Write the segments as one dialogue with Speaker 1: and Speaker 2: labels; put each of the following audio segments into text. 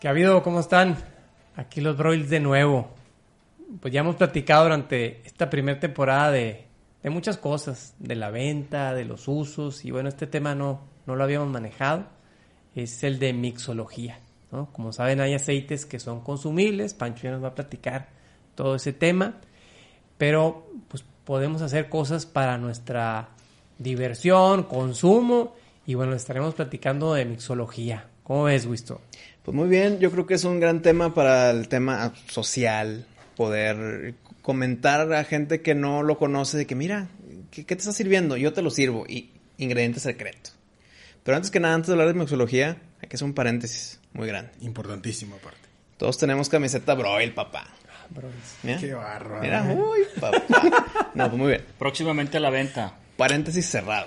Speaker 1: ¿Qué ha habido? ¿Cómo están? Aquí los Broils de nuevo. Pues ya hemos platicado durante esta primera temporada de, de muchas cosas, de la venta, de los usos, y bueno, este tema no, no lo habíamos manejado, es el de mixología. ¿no? Como saben, hay aceites que son consumibles, Pancho ya nos va a platicar todo ese tema, pero pues podemos hacer cosas para nuestra diversión, consumo, y bueno, estaremos platicando de mixología. ¿Cómo ves, Wisto?
Speaker 2: Pues muy bien, yo creo que es un gran tema para el tema social, poder comentar a gente que no lo conoce de que mira, ¿qué, qué te está sirviendo? Yo te lo sirvo y ingrediente secreto. Pero antes que nada, antes de hablar de mixología, hay que hacer un paréntesis muy grande.
Speaker 3: Importantísimo aparte.
Speaker 2: Todos tenemos camiseta Broil, papá.
Speaker 1: Broils.
Speaker 2: Mira,
Speaker 3: Qué bárbaro. ¿eh?
Speaker 2: mira, uh. uy, papá. No, pues muy bien.
Speaker 4: Próximamente a la venta.
Speaker 2: Paréntesis cerrado.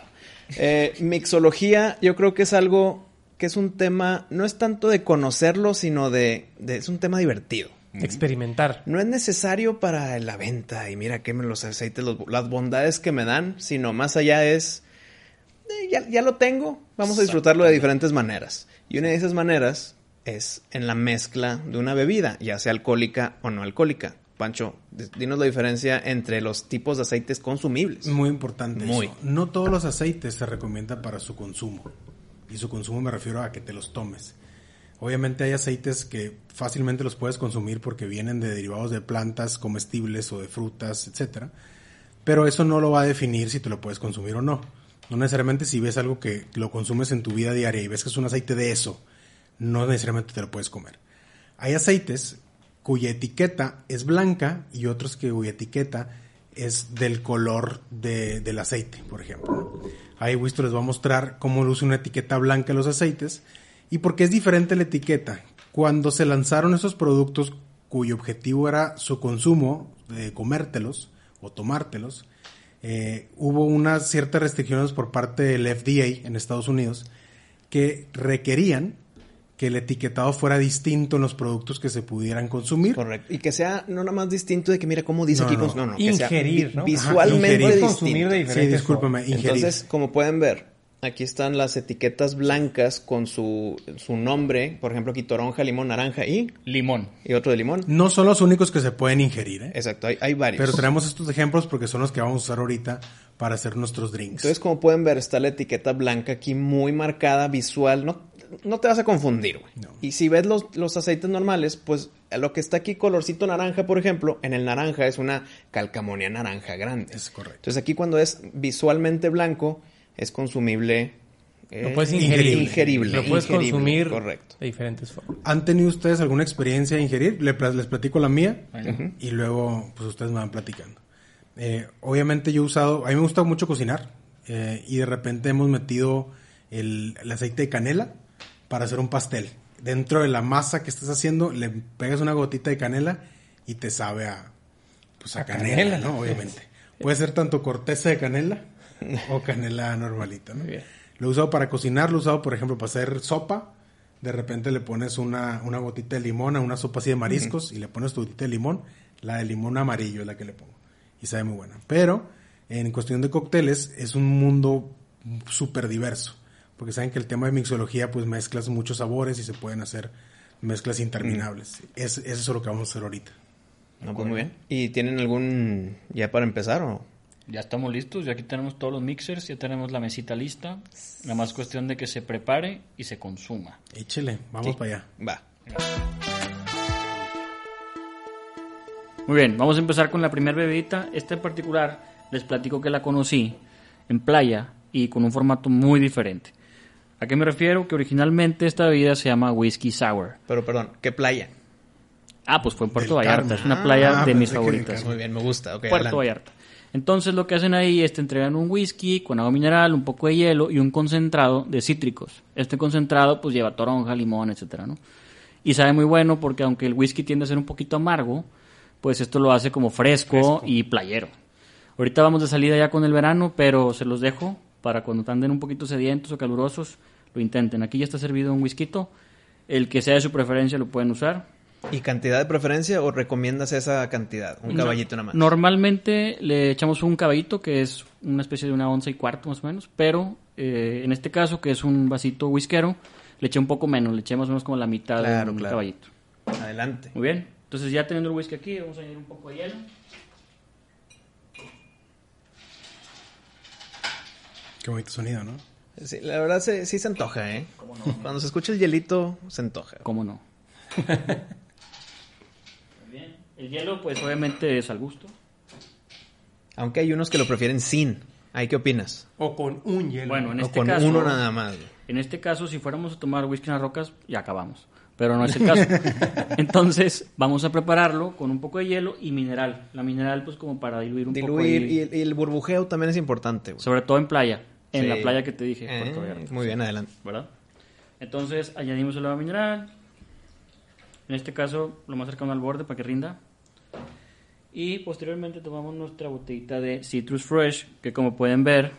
Speaker 2: Eh, mixología, yo creo que es algo que es un tema, no es tanto de conocerlo, sino de, de- es un tema divertido.
Speaker 1: Experimentar.
Speaker 2: No es necesario para la venta y mira qué me los aceites, los- las bondades que me dan, sino más allá es, eh, ya, ya lo tengo, vamos a disfrutarlo de diferentes maneras. Y una de esas maneras es en la mezcla de una bebida, ya sea alcohólica o no alcohólica. Pancho, di- dinos la diferencia entre los tipos de aceites consumibles.
Speaker 3: Muy importante
Speaker 2: Muy.
Speaker 3: eso. No todos los aceites se recomiendan para su consumo. Y su consumo me refiero a que te los tomes. Obviamente hay aceites que fácilmente los puedes consumir porque vienen de derivados de plantas comestibles o de frutas, etcétera. Pero eso no lo va a definir si te lo puedes consumir o no. No necesariamente si ves algo que lo consumes en tu vida diaria y ves que es un aceite de eso, no necesariamente te lo puedes comer. Hay aceites cuya etiqueta es blanca y otros que cuya etiqueta es del color de- del aceite, por ejemplo. Ahí Wisto les va a mostrar cómo luce una etiqueta blanca a los aceites y por qué es diferente la etiqueta. Cuando se lanzaron esos productos cuyo objetivo era su consumo, de comértelos o tomártelos, eh, hubo unas ciertas restricciones por parte del FDA en Estados Unidos que requerían que el etiquetado fuera distinto en los productos que se pudieran consumir.
Speaker 2: Correcto. Y que sea no nada más distinto de que mira cómo dice
Speaker 3: No,
Speaker 2: aquí.
Speaker 3: no,
Speaker 2: cons- No,
Speaker 3: no.
Speaker 2: no, que sea
Speaker 1: Ingerir,
Speaker 2: vi-
Speaker 1: ¿no? Ajá,
Speaker 2: Visualmente
Speaker 3: ingerir.
Speaker 2: distinto.
Speaker 1: consumir de
Speaker 3: Sí,
Speaker 1: diferentes
Speaker 3: discúlpame,
Speaker 1: formas.
Speaker 3: ingerir.
Speaker 2: Entonces, como pueden ver, aquí están las etiquetas blancas con su, su nombre. Por ejemplo, aquí toronja, limón, naranja y,
Speaker 4: Limón.
Speaker 2: y otro de limón.
Speaker 3: no son los únicos que se pueden ingerir, ¿eh?
Speaker 2: Exacto, hay, hay varios.
Speaker 3: pero tenemos estos ejemplos porque son los que vamos a usar ahorita para hacer nuestros drinks.
Speaker 2: Entonces, como pueden ver, está la etiqueta blanca aquí muy marcada, visual. No, no te vas a confundir, güey.
Speaker 3: No.
Speaker 2: Y si ves los, los aceites normales, pues lo que está aquí colorcito naranja, por ejemplo, en el naranja es una calcamonía naranja grande.
Speaker 3: Es correcto.
Speaker 2: Entonces, aquí cuando es visualmente blanco, es consumible.
Speaker 1: Lo
Speaker 2: eh,
Speaker 1: puedes ingerir.
Speaker 2: Ingerible.
Speaker 1: Lo puedes
Speaker 2: ingerible,
Speaker 1: consumir
Speaker 2: Correcto.
Speaker 1: de diferentes formas.
Speaker 3: ¿Han tenido ustedes alguna experiencia de ingerir? Le pla- Les, platico la mía y luego pues ustedes me van platicando. Eh, obviamente yo he usado, a mí me gusta mucho cocinar eh, y de repente hemos metido el, el aceite de canela para hacer un pastel. Dentro de la masa que estás haciendo le pegas una gotita de canela y te sabe a, pues a,
Speaker 1: A
Speaker 3: canela,
Speaker 1: canela.
Speaker 3: ¿no? Obviamente. Puede ser tanto corteza de canela o canela normalita, ¿no?
Speaker 1: Muy bien.
Speaker 3: Lo he usado para cocinar, lo he usado, por ejemplo, para hacer sopa. De repente le pones una, una gotita de limón a una sopa así de mariscos y le pones tu gotita de limón. La de limón amarillo es la que le pongo. Y sabe muy buena. Pero en cuestión de cócteles es un mundo súper diverso. Porque saben que el tema de mixología pues mezclas muchos sabores y se pueden hacer mezclas interminables. Es, eso es lo que vamos a hacer ahorita.
Speaker 2: No, pues muy bien. ¿Y tienen algún ya para empezar o?
Speaker 4: Ya estamos listos, ya aquí tenemos todos los mixers, ya tenemos la mesita lista. Nada más cuestión de que se prepare y se consuma.
Speaker 3: Échele, vamos
Speaker 2: Sí.
Speaker 3: para allá.
Speaker 2: Va.
Speaker 4: Muy bien, vamos a empezar con la primera bebidita. Esta en particular, les platico que la conocí en playa y con un formato muy diferente. ¿A qué me refiero? Que originalmente esta bebida se llama whisky sour.
Speaker 2: Pero perdón, ¿qué playa?
Speaker 4: Ah, pues fue en Puerto
Speaker 3: Del
Speaker 4: Vallarta,
Speaker 3: Carmen.
Speaker 4: es una playa
Speaker 3: Ah,
Speaker 4: de mis
Speaker 3: pensé que del
Speaker 4: favoritas.
Speaker 2: Muy bien, me gusta. Ok,
Speaker 4: Puerto
Speaker 2: adelante.
Speaker 4: Vallarta. Entonces lo que hacen ahí es te entregan un whisky con agua mineral, un poco de hielo y un concentrado de cítricos. Este concentrado pues lleva toronja, limón, etcétera, ¿no? Y sabe muy bueno porque aunque el whisky tiende a ser un poquito amargo, pues esto lo hace como fresco, y playero. Ahorita vamos de salida ya con el verano, pero se los dejo para cuando anden un poquito sedientos o calurosos, lo intenten. Aquí ya está servido un whisky. El que sea de su preferencia lo pueden usar.
Speaker 2: ¿Y cantidad de preferencia o recomiendas esa cantidad? Un caballito nada más.
Speaker 4: Normalmente le echamos un caballito, que es una especie de una once y cuarto más o menos, pero eh, en este caso, que es un vasito whiskero, le eché un poco menos, le eché más o menos como la mitad de
Speaker 2: Claro,
Speaker 4: un
Speaker 2: claro.
Speaker 4: caballito.
Speaker 2: Adelante.
Speaker 4: Muy bien, entonces ya teniendo el whisky aquí, vamos a añadir un poco de hielo.
Speaker 3: Qué bonito sonido, ¿no?
Speaker 2: Sí, la verdad se- sí se antoja, ¿eh? Cuando se escucha el hielito, se antoja.
Speaker 4: ¿Cómo no? Muy bien. El hielo, pues obviamente es al gusto.
Speaker 2: Aunque hay unos que lo prefieren sin. ¿Ahí qué opinas?
Speaker 1: O con un hielo.
Speaker 4: Bueno, en
Speaker 2: o
Speaker 4: este
Speaker 2: con
Speaker 4: caso,
Speaker 2: uno nada más. güey.
Speaker 4: En este caso, si fuéramos a tomar whisky en las rocas, ya acabamos. Pero no es el caso. Entonces, vamos a prepararlo con un poco de hielo y mineral. La mineral, pues, como para diluir un poco.
Speaker 2: Diluir
Speaker 4: el-
Speaker 2: y, el- y el burbujeo también es importante, güey.
Speaker 4: Sobre todo en playa. En
Speaker 2: Pues, Sí.
Speaker 4: la playa que te dije,
Speaker 2: Eh,
Speaker 4: Puerto Vallarta.
Speaker 2: muy bien, adelante.
Speaker 4: ¿Verdad? Entonces, añadimos el agua mineral. En este caso, lo más cercano al borde para que rinda. Y posteriormente tomamos nuestra botellita de Citrus Fresh, que como pueden ver,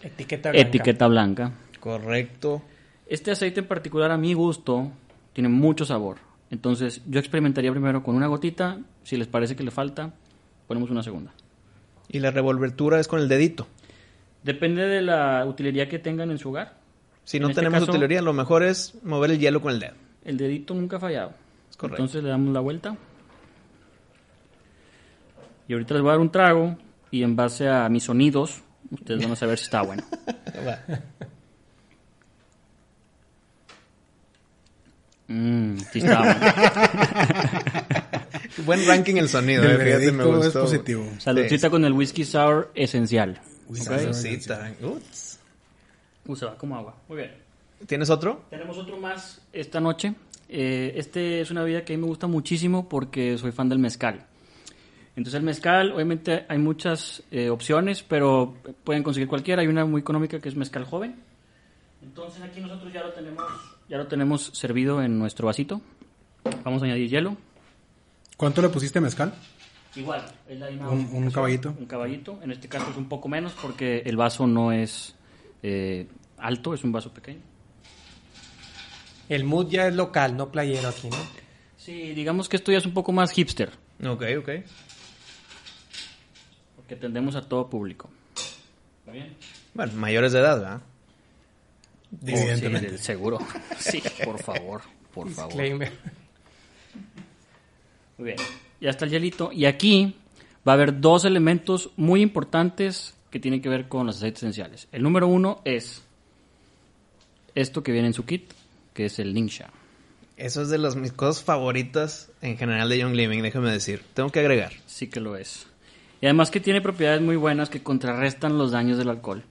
Speaker 1: Etiqueta blanca.
Speaker 4: etiqueta blanca.
Speaker 2: Correcto.
Speaker 4: Este aceite en particular, a mi gusto, tiene mucho sabor. Entonces, yo experimentaría primero con una gotita. Si les parece que le falta, ponemos una segunda.
Speaker 2: Y la revolvertura es con el dedito.
Speaker 4: Depende de la utilería que tengan en su hogar.
Speaker 2: Si no
Speaker 4: En este
Speaker 2: tenemos
Speaker 4: caso-
Speaker 2: utilería, lo mejor es mover el hielo con el dedo.
Speaker 4: El dedito nunca ha fallado.
Speaker 2: Es correcto.
Speaker 4: Entonces le damos la vuelta. Y ahorita les voy a dar un trago. Y en base a mis sonidos, ustedes van a saber si está bueno. Mmm, sí está bueno.
Speaker 2: Buen ranking el sonido, eh,
Speaker 3: El
Speaker 2: fíjate, me
Speaker 3: veredicto es
Speaker 2: gustó.
Speaker 3: positivo.
Speaker 4: Saludcita con el whisky sour esencial.
Speaker 3: Uy,
Speaker 4: ¿ok?
Speaker 3: salud.
Speaker 2: Saludcita. Uts.
Speaker 4: Uh, se va como agua. Muy bien.
Speaker 2: ¿Tienes otro?
Speaker 4: Tenemos otro más esta noche. Eh, este es una bebida que a mí me gusta muchísimo porque soy fan del mezcal. Entonces el mezcal, obviamente hay muchas eh, opciones, pero pueden conseguir cualquiera. Hay una muy económica que es mezcal joven. Entonces aquí nosotros ya lo tenemos, ya lo tenemos servido en nuestro vasito. Vamos a añadir hielo.
Speaker 3: ¿Cuánto le pusiste mezcal?
Speaker 4: Igual, es la misma
Speaker 3: Un- un
Speaker 4: casual,
Speaker 3: caballito.
Speaker 4: Un caballito. En este caso es un poco menos porque el vaso no es eh, alto, es un vaso pequeño.
Speaker 1: El mood ya es local, no playero aquí, ¿no?
Speaker 4: Sí, digamos que esto ya es un poco más hipster.
Speaker 2: Ok, ok.
Speaker 4: Porque atendemos a todo público. ¿Está bien? Oh,
Speaker 2: Bueno, mayores de edad, ¿verdad?
Speaker 3: Evidentemente.
Speaker 4: seguro. Sí, por favor, por favor.
Speaker 1: Disclaimer.
Speaker 4: Muy bien. Ya está el hielito. Y aquí va a haber dos elementos muy importantes que tienen que ver con los aceites esenciales. El número uno es esto que viene en su kit, que es el Ningxia.
Speaker 2: Eso es de las mis cosas favoritas en general de Young Living, déjame decir. Tengo que agregar.
Speaker 4: Sí que lo es. Y además que tiene propiedades muy buenas que contrarrestan los daños del alcohol.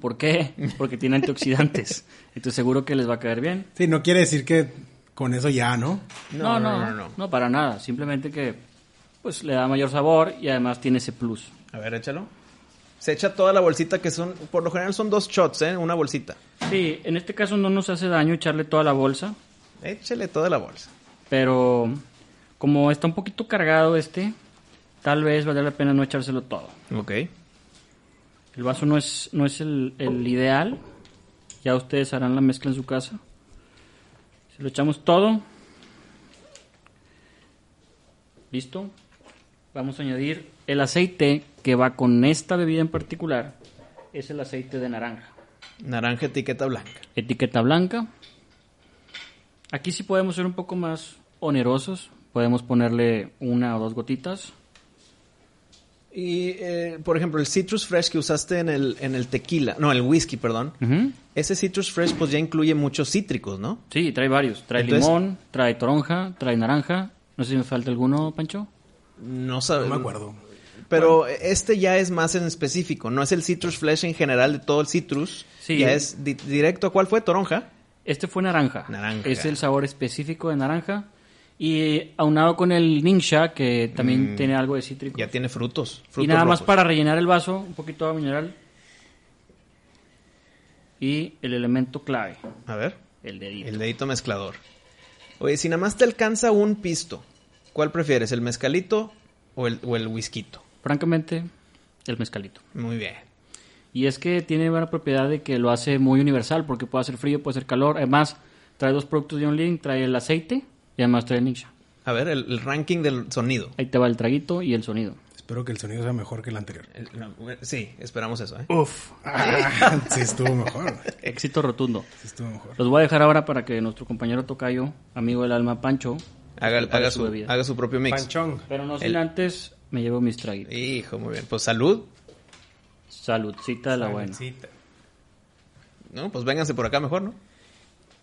Speaker 4: ¿Por qué? Porque tiene antioxidantes. Entonces seguro que les va a caer bien.
Speaker 3: Sí, no quiere decir que con eso ya, ¿no?
Speaker 4: No, no, no, para nada. Simplemente que pues le da mayor sabor y además tiene ese plus.
Speaker 2: A ver, échalo. Se echa toda la bolsita que son, por lo general son dos shots, ¿eh? Una bolsita.
Speaker 4: Sí, en este caso no nos hace daño echarle toda la bolsa,
Speaker 2: Échale toda la bolsa.
Speaker 4: pero como está un poquito cargado este, tal vez valga la pena no echárselo todo.
Speaker 2: Ok.
Speaker 4: El vaso no es, no es el, el ideal. Ya ustedes harán la mezcla en su casa. Se lo echamos todo. Listo. Vamos a añadir el aceite que va con esta bebida en particular. Es el aceite de naranja.
Speaker 2: Naranja etiqueta blanca.
Speaker 4: Etiqueta blanca. Aquí sí podemos ser un poco más onerosos. Podemos ponerle una o dos gotitas.
Speaker 2: Y, eh, por ejemplo, el citrus fresh que usaste en el, en el tequila, no, el whisky, perdón.
Speaker 4: Ujú.
Speaker 2: Ese citrus fresh pues ya incluye muchos cítricos, ¿no?
Speaker 4: Sí, trae varios. Trae
Speaker 2: Entonces-
Speaker 4: limón, trae toronja, trae naranja. No sé si nos falta alguno, Pancho.
Speaker 2: No sabes.
Speaker 3: No me acuerdo.
Speaker 2: pero este ya es más en específico. No es el citrus flesh en general de todo el citrus.
Speaker 4: Sí.
Speaker 2: Ya es di- directo. ¿Cuál fue? Toronja.
Speaker 4: Este fue naranja.
Speaker 2: Naranja.
Speaker 4: Es el sabor específico de naranja. Y eh, aunado con el Ningxia, que también tiene algo de cítrico.
Speaker 2: Mm. Ya tiene frutos. frutos
Speaker 4: y nada más
Speaker 2: rojos.
Speaker 4: para rellenar el vaso, un poquito de agua mineral. Y el elemento clave,
Speaker 2: A ver.
Speaker 4: el dedito.
Speaker 2: El dedito mezclador. Oye, si nada más te alcanza un pisto, ¿cuál prefieres? ¿El mezcalito o el, o el whiskito?
Speaker 4: Francamente, el mezcalito.
Speaker 2: Muy bien.
Speaker 4: Y es que tiene buena propiedad de que lo hace muy universal, porque puede hacer frío, puede hacer calor. Además, trae dos productos de un link, trae el aceite y además trae el Ningxia.
Speaker 2: A ver, el, el ranking del sonido.
Speaker 4: Ahí te va el traguito y el sonido.
Speaker 3: Espero que el sonido sea mejor que el anterior.
Speaker 2: El- no, sí, esperamos eso, ¿eh?
Speaker 4: Uf.
Speaker 3: Ah, sí, estuvo mejor. güey.
Speaker 4: Éxito rotundo.
Speaker 3: Sí, estuvo mejor.
Speaker 4: Los voy a dejar ahora para que nuestro compañero Tocayo, amigo del alma Pancho,
Speaker 2: Haga,
Speaker 4: prepare
Speaker 2: haga su,
Speaker 4: bebida.
Speaker 2: haga su propio mix.
Speaker 1: Panchón.
Speaker 4: Pero no sin
Speaker 2: El-
Speaker 4: antes, me llevo mis traguitos.
Speaker 2: Hijo, muy bien. Pues salud.
Speaker 4: Saludcita de la buena.
Speaker 1: Saludcita.
Speaker 2: No, pues vénganse por acá mejor, ¿no?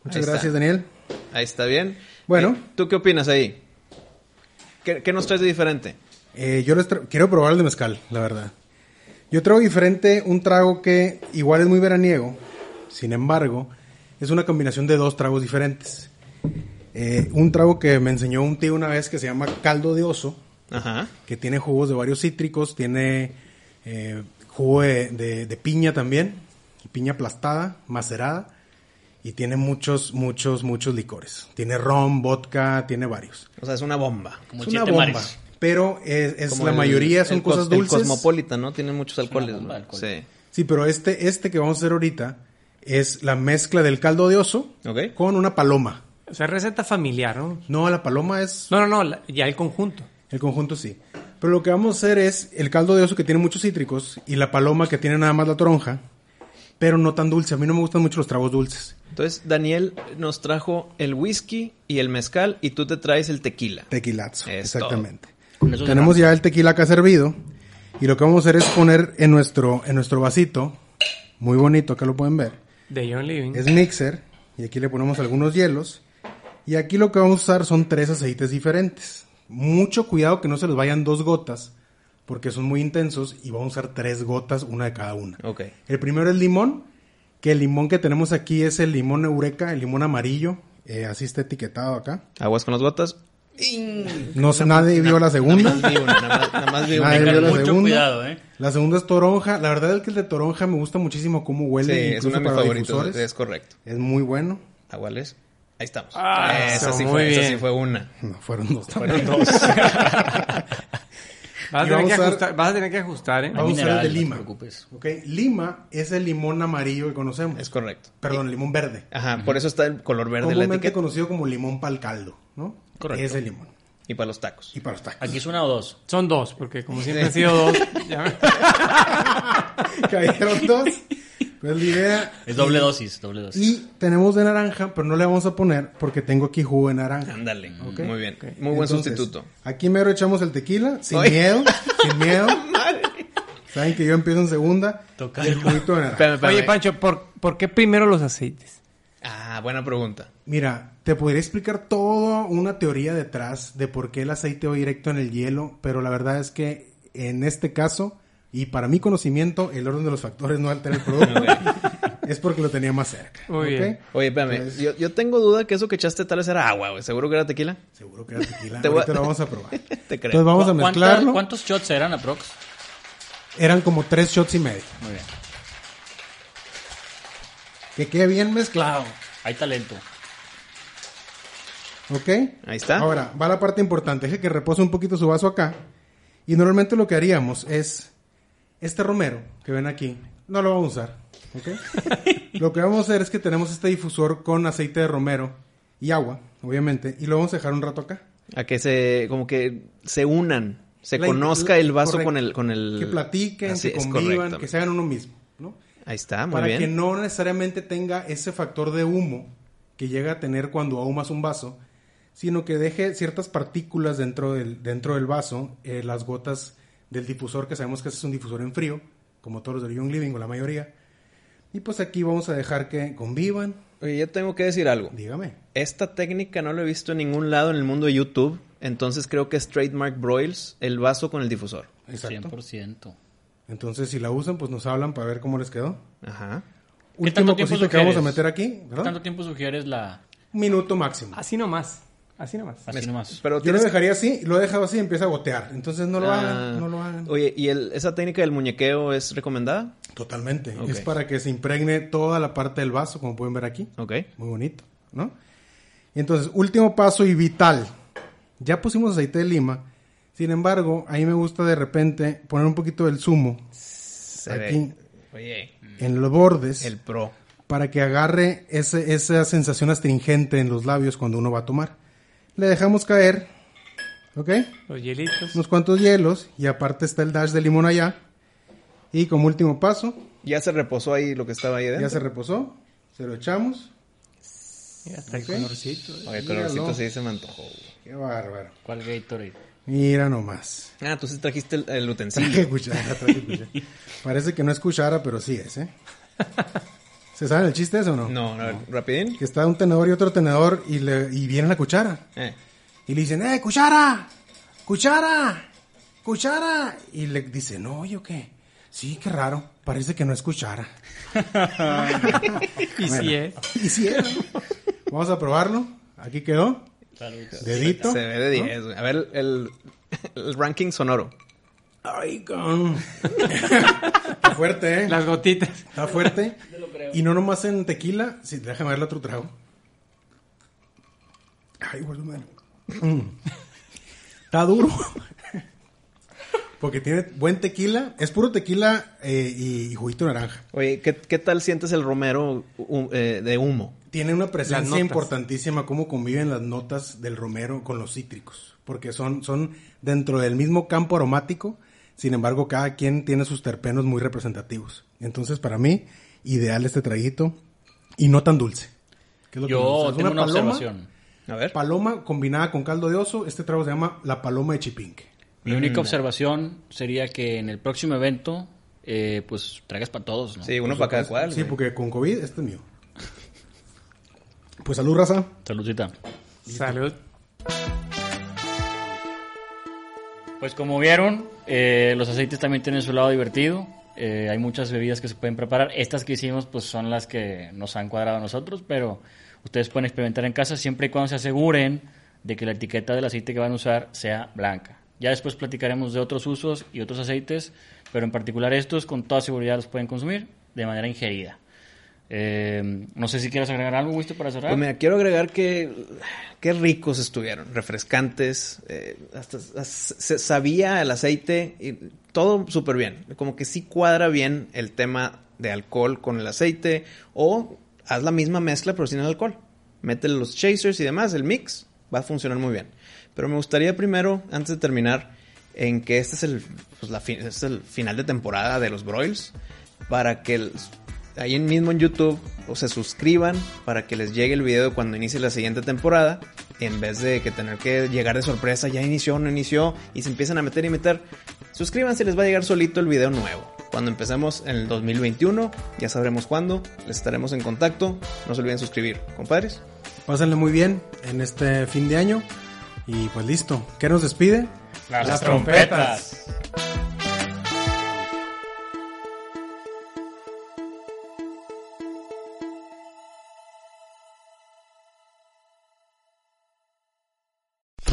Speaker 3: Muchas
Speaker 2: Ahí está.
Speaker 3: gracias, Daniel.
Speaker 2: Ahí está bien.
Speaker 3: Bueno.
Speaker 2: Eh, ¿Tú qué opinas ahí? ¿Qué, qué nos traes de diferente?
Speaker 3: Eh, yo les tra- quiero probar el de mezcal, la verdad. Yo traigo diferente un trago que igual es muy veraniego, sin embargo, es una combinación de dos tragos diferentes. Eh, un trago que me enseñó un tío una vez que se llama caldo de oso,
Speaker 2: Ajá.
Speaker 3: que tiene jugos de varios cítricos, tiene eh, jugo de, de- de piña también, piña aplastada, macerada, y tiene muchos, muchos, muchos licores. Tiene ron, vodka, tiene varios
Speaker 2: O sea, es una bomba.
Speaker 4: Como
Speaker 3: es una
Speaker 4: siete
Speaker 3: bomba.
Speaker 4: mares.
Speaker 3: Pero es, es
Speaker 2: Como
Speaker 3: la
Speaker 2: el-
Speaker 3: mayoría son
Speaker 2: el cos-
Speaker 3: cosas dulces.
Speaker 2: El cosmopolitan, ¿no? Tiene muchos alcoholes.
Speaker 4: bomba
Speaker 2: ¿no?
Speaker 4: de alcohol.
Speaker 2: Sí.
Speaker 3: Sí, pero este, este que vamos a hacer ahorita es la mezcla del caldo de oso
Speaker 2: Ok.
Speaker 3: con una paloma.
Speaker 1: O sea, receta familiar, ¿no?
Speaker 3: No, la paloma es
Speaker 1: No, no, no, la- ya el conjunto.
Speaker 3: el conjunto sí. Pero lo que vamos a hacer es el caldo de oso que tiene muchos cítricos y la paloma que tiene nada más la toronja, pero no tan dulce. A mí no me gustan mucho los tragos dulces.
Speaker 2: Entonces, Daniel nos trajo el whisky y el mezcal y tú te traes el tequila.
Speaker 3: Tequilazo,
Speaker 2: Es
Speaker 3: exactamente.
Speaker 4: Con eso
Speaker 3: Tenemos ya el tequila acá servido y lo que vamos a hacer es poner en nuestro, en nuestro vasito, muy bonito, acá lo pueden ver.
Speaker 1: De John Living.
Speaker 3: es mixer y aquí le ponemos algunos hielos y aquí lo que vamos a usar son tres aceites diferentes. Mucho cuidado que no se les vayan dos gotas porque son muy intensos y vamos a usar tres gotas, una de cada una.
Speaker 2: Ok.
Speaker 3: El primero es limón, que el limón que tenemos aquí es el limón eureka, el limón amarillo, eh, así está etiquetado acá.
Speaker 2: Aguas con las gotas.
Speaker 3: No sé, nadie vio la segunda.
Speaker 2: Nada más vi una, nada más- nada más vi una.
Speaker 3: Nadie vio la
Speaker 4: mucho
Speaker 3: segunda.
Speaker 4: cuidado, ¿eh?
Speaker 3: La segunda es toronja. La verdad es que el de toronja me gusta muchísimo cómo
Speaker 2: Sí,
Speaker 3: huele.
Speaker 2: es
Speaker 3: incluso
Speaker 2: uno de mis
Speaker 3: para
Speaker 2: favoritos.
Speaker 3: difusores.
Speaker 2: Es correcto.
Speaker 3: Es muy bueno.
Speaker 2: Aguales. Ahí estamos.
Speaker 1: Ah,
Speaker 2: esa,
Speaker 1: eso,
Speaker 2: sí
Speaker 1: muy
Speaker 2: fue, esa
Speaker 1: bien.
Speaker 2: sí fue una.
Speaker 3: No, fueron dos también.
Speaker 1: Vas a,
Speaker 3: Y
Speaker 1: tener
Speaker 3: vamos
Speaker 1: que
Speaker 3: a- Ah.
Speaker 1: ajustar, vas a tener que ajustar, ¿eh?
Speaker 3: Vamos a usar
Speaker 4: mineral,
Speaker 3: el de
Speaker 4: no te
Speaker 3: Lima.
Speaker 4: preocupes.
Speaker 3: ok, Lima es el limón amarillo que conocemos.
Speaker 2: Es correcto.
Speaker 3: Perdón, el limón verde.
Speaker 2: Ajá, por eso está el color verde de la
Speaker 3: Comúnmente
Speaker 2: etiqueta.
Speaker 3: conocido como limón para el caldo, ¿no?
Speaker 2: Correcto.
Speaker 3: Es el limón.
Speaker 2: Y para los tacos.
Speaker 3: Y para los tacos.
Speaker 4: Aquí es una o dos.
Speaker 1: Son dos, porque como siempre han sido dos. ya me-
Speaker 3: Cayeron dos. Pues la idea.
Speaker 4: Es doble dosis, doble dosis.
Speaker 3: Y tenemos de naranja, pero no le vamos a poner porque tengo aquí jugo de naranja.
Speaker 2: Ándale.
Speaker 3: Ok.
Speaker 2: Mm, Muy bien.
Speaker 3: Ok.
Speaker 2: Muy buen
Speaker 3: Entonces,
Speaker 2: sustituto.
Speaker 3: Aquí mero echamos el tequila, sin
Speaker 2: Oye.
Speaker 3: miedo, sin miedo. Saben que yo empiezo en segunda.
Speaker 4: Toca-
Speaker 3: y el juguito de naranja.
Speaker 2: Espérame, espérame.
Speaker 1: Oye, Pancho, ¿por, ¿por qué primero los aceites?
Speaker 2: Ah, buena pregunta.
Speaker 3: Mira, te podría explicar toda una teoría detrás de por qué el aceite va directo en el hielo, pero la verdad es que en este caso, y para mi conocimiento, el orden de los factores no altera el producto. es porque lo tenía más cerca.
Speaker 1: Muy
Speaker 3: ¿ok?
Speaker 1: bien.
Speaker 2: Oye, espérame.
Speaker 3: Entonces-
Speaker 2: Yo, yo tengo duda que eso que echaste tal vez era agua, güey. ¿Seguro que era tequila?
Speaker 3: Seguro que era tequila.
Speaker 2: Te voy a-
Speaker 3: Ahorita lo vamos a probar.
Speaker 2: Te creo.
Speaker 3: Entonces vamos a
Speaker 4: ¿Cu- cuánta-
Speaker 3: mezclarlo.
Speaker 4: ¿Cuántos shots eran aprox?
Speaker 3: Eran como tres shots y medio.
Speaker 4: Muy bien.
Speaker 3: Que quede bien mezclado.
Speaker 4: Hay talento.
Speaker 3: ¿Ok?
Speaker 2: Ahí está.
Speaker 3: Ahora, va la parte importante. Deje que repose un poquito su vaso acá. Y normalmente lo que haríamos es... Este romero que ven aquí, no lo vamos a usar. ¿ok? lo que vamos a hacer es que tenemos este difusor con aceite de romero y agua, obviamente. Y lo vamos a dejar un rato acá.
Speaker 2: A que se, como que se unan, se
Speaker 3: La-
Speaker 2: conozca el vaso
Speaker 3: correcto.
Speaker 2: con el, con el.
Speaker 3: Que platiquen,
Speaker 2: Así
Speaker 3: que
Speaker 2: es,
Speaker 3: convivan,
Speaker 2: correcto.
Speaker 3: que se hagan uno mismo. ¿no?
Speaker 2: Ahí está, Ah, muy
Speaker 3: Para
Speaker 2: bien.
Speaker 3: que no necesariamente tenga ese factor de humo que llega a tener cuando ahumas un vaso, sino que deje ciertas partículas dentro del, dentro del vaso, eh, las gotas del difusor, que sabemos que ese es un difusor en frío, como todos los del Young Living o la mayoría. Y pues aquí vamos a dejar que convivan.
Speaker 2: Oye, yo tengo que decir algo.
Speaker 3: Dígame.
Speaker 2: Esta técnica no la he visto en ningún lado en el mundo de YouTube. Entonces creo que es trademark Broils, el vaso con el difusor.
Speaker 3: Exacto.
Speaker 5: 100%.
Speaker 3: Entonces, si la usan, pues nos hablan para ver cómo les quedó.
Speaker 2: Ajá.
Speaker 3: Última
Speaker 5: tanto tiempo
Speaker 3: cosita que vamos a
Speaker 5: sugieres?
Speaker 3: meter aquí,
Speaker 5: ¿Qué tanto
Speaker 3: ¿verdad?
Speaker 5: tiempo sugieres la...
Speaker 3: Un minuto máximo.
Speaker 1: Así nomás. Así nomás.
Speaker 5: Así nomás.
Speaker 2: Pero
Speaker 3: Yo lo
Speaker 2: tienes
Speaker 3: dejaría así, lo he dejado así y empieza a gotear. Entonces no lo
Speaker 2: Ah,
Speaker 3: hagan, no lo hagan.
Speaker 2: Oye, ¿y el- esa técnica del muñequeo es recomendada?
Speaker 3: Totalmente.
Speaker 2: Ok.
Speaker 3: Es para que se impregne toda la parte del vaso, como pueden ver aquí.
Speaker 2: Ok.
Speaker 3: Muy bonito, ¿no? Y Entonces, último paso y vital. Ya pusimos aceite de lima. Sin embargo, ahí me gusta de repente poner un poquito del zumo
Speaker 2: Se
Speaker 3: Aquí.
Speaker 2: ve. Oye,
Speaker 3: en los bordes
Speaker 2: el pro.
Speaker 3: para que agarre ese- esa sensación astringente en los labios cuando uno va a tomar. Le dejamos caer, ¿ok?
Speaker 1: Los hielitos.
Speaker 3: Unos cuantos hielos y aparte está el dash de limón allá. Y como último paso,
Speaker 2: Ya se reposó ahí lo que estaba ahí
Speaker 3: ya
Speaker 2: dentro.
Speaker 3: se reposó, se lo echamos.
Speaker 1: Mira, hasta el
Speaker 3: Ok.
Speaker 1: colorcito.
Speaker 2: Oye, el
Speaker 3: Míralo.
Speaker 2: colorcito sí se me antojó. güey.
Speaker 3: Qué bárbaro.
Speaker 5: ¿Cuál Gatorade?
Speaker 3: Mira nomás.
Speaker 2: Ah, tú sí trajiste el, el utensilio.
Speaker 3: Traje cuchara, traje cuchara. Parece que no es cuchara, pero sí es, ¿eh? ¿Se saben el chiste ese o no?
Speaker 2: No, a ver, rapidín.
Speaker 3: Que está un tenedor y otro tenedor y, le, y viene la cuchara.
Speaker 2: Eh,
Speaker 3: Y le dicen, ¡eh, cuchara! ¡Cuchara! ¡Cuchara! Y le dice, no, ¿yo qué? Sí, qué raro. Parece que no es cuchara.
Speaker 1: Y sí es.
Speaker 3: Y sí era. Vamos a probarlo. Aquí quedó. Dedito.
Speaker 2: se ve de 10. güey. A ver, el, el ranking sonoro.
Speaker 3: Ay, con... Está fuerte, ¿eh?
Speaker 1: Las gotitas.
Speaker 3: Está fuerte. Y no nomás en tequila. Sí, déjame darle otro trago. Ay, güey, madre. Mm. Está duro. Porque tiene buen tequila. Es puro tequila eh, y juguito de naranja.
Speaker 2: Oye, ¿qué, qué tal sientes el romero hu- eh, de humo?
Speaker 3: Tiene una
Speaker 1: Las
Speaker 3: presencia
Speaker 1: notas.
Speaker 3: importantísima cómo conviven las notas del romero con los cítricos, porque son, son dentro del mismo campo aromático, sin embargo cada quien tiene sus terpenos muy representativos. Entonces para mí, ideal este traguito y no tan dulce. que es lo que me gusta.
Speaker 5: Yo
Speaker 3: Es
Speaker 5: tengo una
Speaker 3: paloma-
Speaker 5: observación.
Speaker 2: A ver.
Speaker 3: Paloma combinada con caldo de oso, este trago se llama la paloma de chipinque.
Speaker 5: Mi única observación sería que en el próximo evento, eh, pues traigas para todos, ¿no?
Speaker 2: Sí, uno para cada cual.
Speaker 3: Sí,
Speaker 2: güey.
Speaker 3: porque con COVID este es mío. Pues salud, raza.
Speaker 5: Saludcita.
Speaker 1: Salud.
Speaker 5: Pues como vieron, eh, los aceites también tienen su lado divertido. Eh, hay muchas bebidas que se pueden preparar. Estas que hicimos, pues son las que nos han cuadrado a nosotros, pero ustedes pueden experimentar en casa siempre y cuando se aseguren de que la etiqueta del aceite que van a usar sea blanca. Ya después platicaremos de otros usos y otros aceites, pero en particular estos con toda seguridad los pueden consumir de manera ingerida. Eh, no sé si quieres agregar algo, Wisto, para cerrar.
Speaker 2: Pues mira, quiero agregar que qué ricos estuvieron, refrescantes, eh, hasta, hasta se sabía el aceite y todo súper bien. Como que sí cuadra bien el tema de alcohol con el aceite o haz la misma mezcla pero sin el alcohol. Métele los chasers y demás, el mix va a funcionar muy bien. Pero me gustaría primero, antes de terminar, en que este es el, pues, la fi- este es el final de temporada de los Broils para que el- ahí en- mismo en YouTube o se suscriban para que les llegue el video cuando inicie la siguiente temporada en vez de que tener que llegar de sorpresa ya inició no inició y se empiezan a meter y meter suscríbanse les va a llegar solito el video nuevo cuando empecemos en el 2021 ya sabremos cuándo les estaremos en contacto no se olviden suscribir compadres
Speaker 3: Pásenle muy bien en este fin de año. Y pues listo. ¿Qué nos despide?
Speaker 1: Las trompetas.